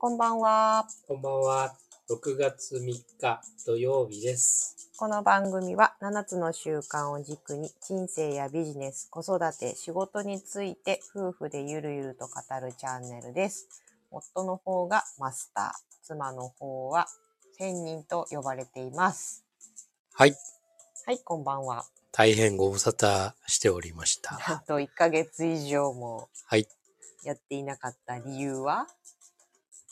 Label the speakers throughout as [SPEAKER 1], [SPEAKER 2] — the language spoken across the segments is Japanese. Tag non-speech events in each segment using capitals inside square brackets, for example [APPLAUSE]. [SPEAKER 1] こんばんは。
[SPEAKER 2] こんばんは。6月3日土曜日です。
[SPEAKER 1] この番組は7つの習慣を軸に人生やビジネス、子育て、仕事について夫婦でゆるゆると語るチャンネルです。夫の方がマスター、妻の方は仙人と呼ばれています。
[SPEAKER 2] はい。
[SPEAKER 1] はい、こんばん
[SPEAKER 2] [LAUGHS]
[SPEAKER 1] は。
[SPEAKER 2] 大変ご無沙汰しておりました。
[SPEAKER 1] あと1ヶ月以上も
[SPEAKER 2] はい。
[SPEAKER 1] やっていなかった理由は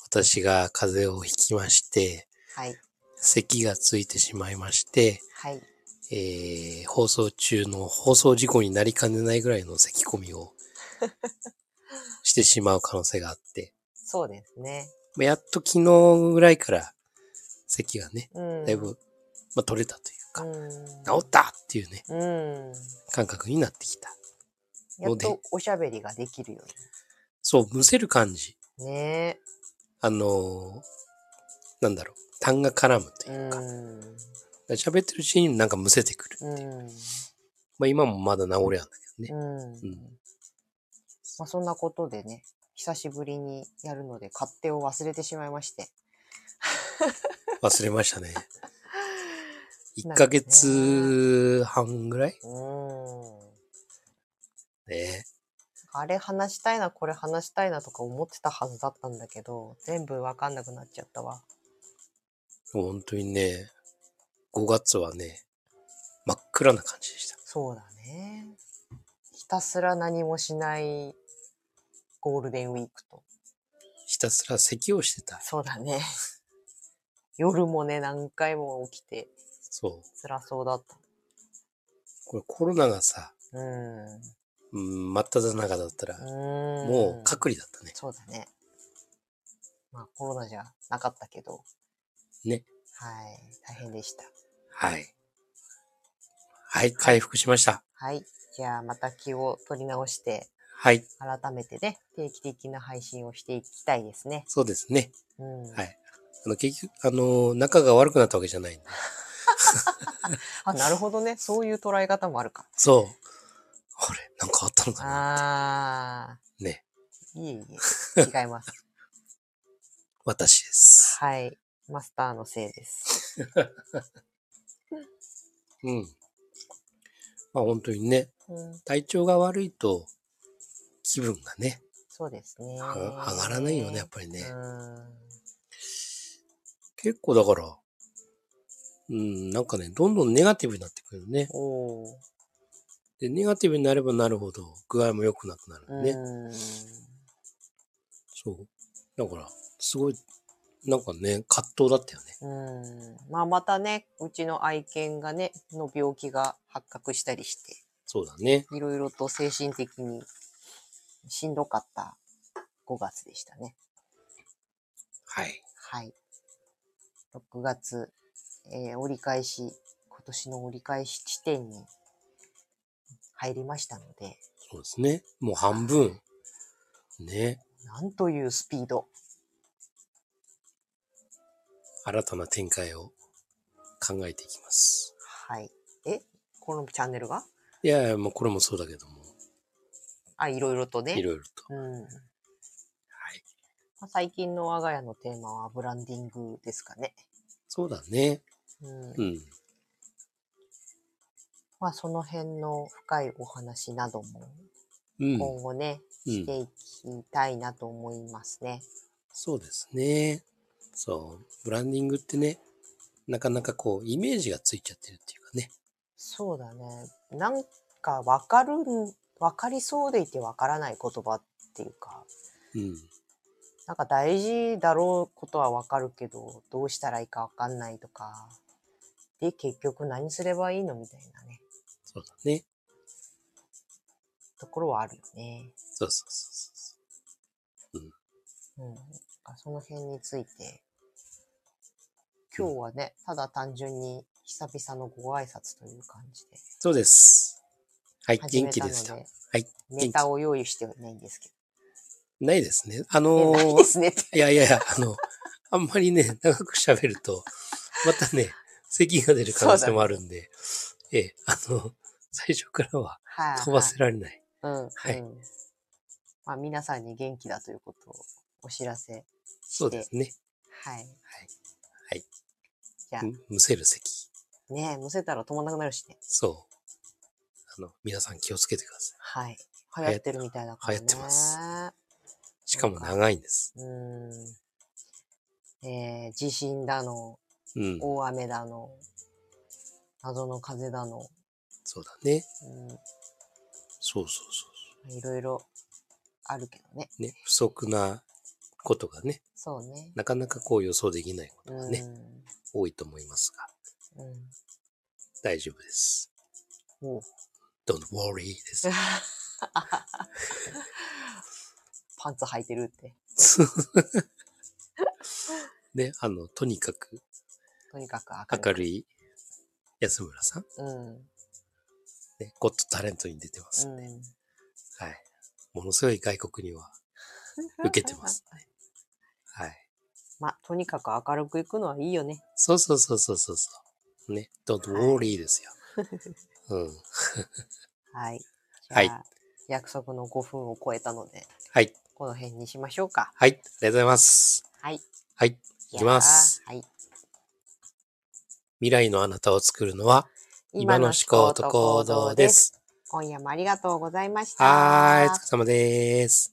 [SPEAKER 2] 私が風邪をひきまして、
[SPEAKER 1] はい、
[SPEAKER 2] 咳がついてしまいまして、
[SPEAKER 1] はい、
[SPEAKER 2] えー、放送中の放送事故になりかねないぐらいの咳込み [LAUGHS] をしてしまう可能性があって、
[SPEAKER 1] そうですね。
[SPEAKER 2] まあやっと昨日ぐらいから咳がね、
[SPEAKER 1] うん。
[SPEAKER 2] だいぶ、まあ、取れたという
[SPEAKER 1] う
[SPEAKER 2] か、
[SPEAKER 1] ん、
[SPEAKER 2] 治ったっていうね、
[SPEAKER 1] うん。
[SPEAKER 2] 感覚になってきた。
[SPEAKER 1] や
[SPEAKER 2] の
[SPEAKER 1] っ
[SPEAKER 2] で
[SPEAKER 1] とおしゃべりができるよ
[SPEAKER 2] そう、むせる感じ。
[SPEAKER 1] うに。ね
[SPEAKER 2] あのーなんだろう、痰が絡むと
[SPEAKER 1] え。う
[SPEAKER 2] いうか、
[SPEAKER 1] ん。
[SPEAKER 2] 喋ってるうちになんかむせてくる。
[SPEAKER 1] うん。
[SPEAKER 2] まあ今もまだ治りゃんだけどね。
[SPEAKER 1] うん
[SPEAKER 2] うん。
[SPEAKER 1] まあそんなことでね、久しぶりにやるので勝手を忘れてしまいまして。
[SPEAKER 2] 忘れましたね。
[SPEAKER 1] な
[SPEAKER 2] 1
[SPEAKER 1] んか
[SPEAKER 2] ヶ
[SPEAKER 1] ね
[SPEAKER 2] 月半ぐらい
[SPEAKER 1] うん。
[SPEAKER 2] ね。
[SPEAKER 1] あれ話したいな、これ話したいなとか思ってたはずだったんだけど、全部わかんなくなっちゃったわ。
[SPEAKER 2] もう本当にね、5月はね、真っ暗な感じでした。
[SPEAKER 1] そうだね。ひたすら何もしないゴールデンウィークと。
[SPEAKER 2] ひたすら咳をしてた。
[SPEAKER 1] そうだね。 [LAUGHS] 夜もね、何回も起きて
[SPEAKER 2] そう。
[SPEAKER 1] 辛そうだった。
[SPEAKER 2] これコロナがさ、
[SPEAKER 1] うん。う
[SPEAKER 2] うん、真っ只中だったら、
[SPEAKER 1] ん。
[SPEAKER 2] もう隔離だったね。
[SPEAKER 1] そうだね。まあコロナじゃなかったけど。
[SPEAKER 2] ね。
[SPEAKER 1] はい。大変でした。
[SPEAKER 2] はい。はい、回復しました。
[SPEAKER 1] はい。じゃあまた気を取り直して、
[SPEAKER 2] はい、
[SPEAKER 1] 改めてね、定期的な配信をしていきたいですね。
[SPEAKER 2] そうですね。
[SPEAKER 1] うん。
[SPEAKER 2] はい。あの、結局、あのー、仲が悪くなったわけじゃないんで。
[SPEAKER 1] あ、なるほどね。そういう捉え方もあるか。
[SPEAKER 2] そう。あれ、なんかあったのかな
[SPEAKER 1] あ
[SPEAKER 2] ね。
[SPEAKER 1] ー。いえいえ。
[SPEAKER 2] [LAUGHS]
[SPEAKER 1] 違います。
[SPEAKER 2] 私です。
[SPEAKER 1] はい。マスターのせいです。
[SPEAKER 2] うん。まあ本当にね、
[SPEAKER 1] うん、
[SPEAKER 2] 体調が悪いと、気分がね、
[SPEAKER 1] そうですね。
[SPEAKER 2] あ上がらないよね、やっぱりね。
[SPEAKER 1] うん。
[SPEAKER 2] 結構だから、うん、なんかね、どんどんネガティブになってくるよね。
[SPEAKER 1] おー。
[SPEAKER 2] で、ネガティブになればなるほど、具合も良くなくなるね。
[SPEAKER 1] うん。
[SPEAKER 2] そう。だから、すごい、なんかね、葛藤だったよね。
[SPEAKER 1] うんまあまたねうちの愛犬がねの病気が発覚したりして
[SPEAKER 2] そうだね。
[SPEAKER 1] いろいろと精神的にしんどかった5月でしたね
[SPEAKER 2] はい。
[SPEAKER 1] はい6月、えー折り返し今年の折り返し地点に入りましたので
[SPEAKER 2] そうですね。もう半分。ね。
[SPEAKER 1] なんというスピード
[SPEAKER 2] 新たな展開を考えていきます。
[SPEAKER 1] はいえこのチャンネルが
[SPEAKER 2] いやいや、もうこれもそうだけども、
[SPEAKER 1] あいろいろとね
[SPEAKER 2] いろいろと。
[SPEAKER 1] うん
[SPEAKER 2] はい。
[SPEAKER 1] まあ最近の我が家のテーマはブランディングですかね
[SPEAKER 2] そうだね。
[SPEAKER 1] うん
[SPEAKER 2] うん。
[SPEAKER 1] まあ、その辺の深いお話なども
[SPEAKER 2] うん。
[SPEAKER 1] 今後ね、
[SPEAKER 2] うん
[SPEAKER 1] していきたいなと思いますね。
[SPEAKER 2] そうですね。そう。ブランディングってね、なかなかこう、イメージがついちゃってるっていうかね。
[SPEAKER 1] そうだね。なんか分かるん、分かりそうでいて分からない言葉っていうか、
[SPEAKER 2] うん。
[SPEAKER 1] なんか大事だろうことは分かるけど、どうしたらいいか分かんないとか、で、結局何すればいいのみたいなね、
[SPEAKER 2] そうだね。
[SPEAKER 1] ところはあるよね。
[SPEAKER 2] そうそうそうそ
[SPEAKER 1] うん。なんかその辺について、今日はね、ただ単純に久々のご挨拶という感じで、
[SPEAKER 2] う。そうです。はい。
[SPEAKER 1] 始
[SPEAKER 2] 元
[SPEAKER 1] め
[SPEAKER 2] 気
[SPEAKER 1] たの
[SPEAKER 2] で
[SPEAKER 1] で
[SPEAKER 2] した。はい。
[SPEAKER 1] ネタを用意してはないん [LAUGHS] ですけ
[SPEAKER 2] ないですね。あ
[SPEAKER 1] ど。え
[SPEAKER 2] のー
[SPEAKER 1] ないですねって。
[SPEAKER 2] いやいやいや、あの、あんまりね、長く喋ると、またね、咳が出る可能性もあるんで、ええ、あの、最初からは
[SPEAKER 1] はい、
[SPEAKER 2] 飛ばせられない。
[SPEAKER 1] うん。
[SPEAKER 2] はい
[SPEAKER 1] うんまあ、皆さんに元気だということをお知らせ
[SPEAKER 2] そうですね。
[SPEAKER 1] はい。
[SPEAKER 2] はい。
[SPEAKER 1] じゃあ
[SPEAKER 2] むむせる咳。
[SPEAKER 1] ねえ、むせたら止まんなくなるしね。
[SPEAKER 2] そう。あの、皆さん気をつけてくださ
[SPEAKER 1] はい。流行ってるみたいだからね。
[SPEAKER 2] 流行ってます。い。しかも長いんです。
[SPEAKER 1] うーん。えー、地震だの、
[SPEAKER 2] うん。
[SPEAKER 1] 大雨だの、謎の風だの、
[SPEAKER 2] そうだね。
[SPEAKER 1] う
[SPEAKER 2] そうそうそ
[SPEAKER 1] ん、いろいろあるけどね。
[SPEAKER 2] う。ね、不足なことがね、
[SPEAKER 1] そうね。
[SPEAKER 2] なかなかこう予想できないことが
[SPEAKER 1] うん。
[SPEAKER 2] ね、多いと思いますが、
[SPEAKER 1] うん。
[SPEAKER 2] 大丈夫です。
[SPEAKER 1] おう
[SPEAKER 2] Don't worry です。
[SPEAKER 1] パンツ履いてるって。
[SPEAKER 2] [LAUGHS] ね、あの、とにかく
[SPEAKER 1] とにかく
[SPEAKER 2] 明
[SPEAKER 1] 明るい。
[SPEAKER 2] るい安村さん、
[SPEAKER 1] うん。
[SPEAKER 2] ね、ゴッドタレントに出てます。
[SPEAKER 1] うん。
[SPEAKER 2] はい。ものすごい外国 [LAUGHS] には受けてま。すね。はい。
[SPEAKER 1] ま、とにかく明るくいくのはいいよね。
[SPEAKER 2] そうそうそうそうそうそう。ね、don't worry ですよ。うん。
[SPEAKER 1] はい。じゃあ、
[SPEAKER 2] はい
[SPEAKER 1] 約束の5分を超えたので、
[SPEAKER 2] はい。
[SPEAKER 1] この辺にしましょうか。
[SPEAKER 2] はい。ありがとうございます。
[SPEAKER 1] はい。
[SPEAKER 2] はい。いきます
[SPEAKER 1] じゃあ。はい。
[SPEAKER 2] 未来のあなたを作るのは、今の思考と行動で。す。
[SPEAKER 1] 今夜もありがとうございました。
[SPEAKER 2] はーい。お疲れ様です。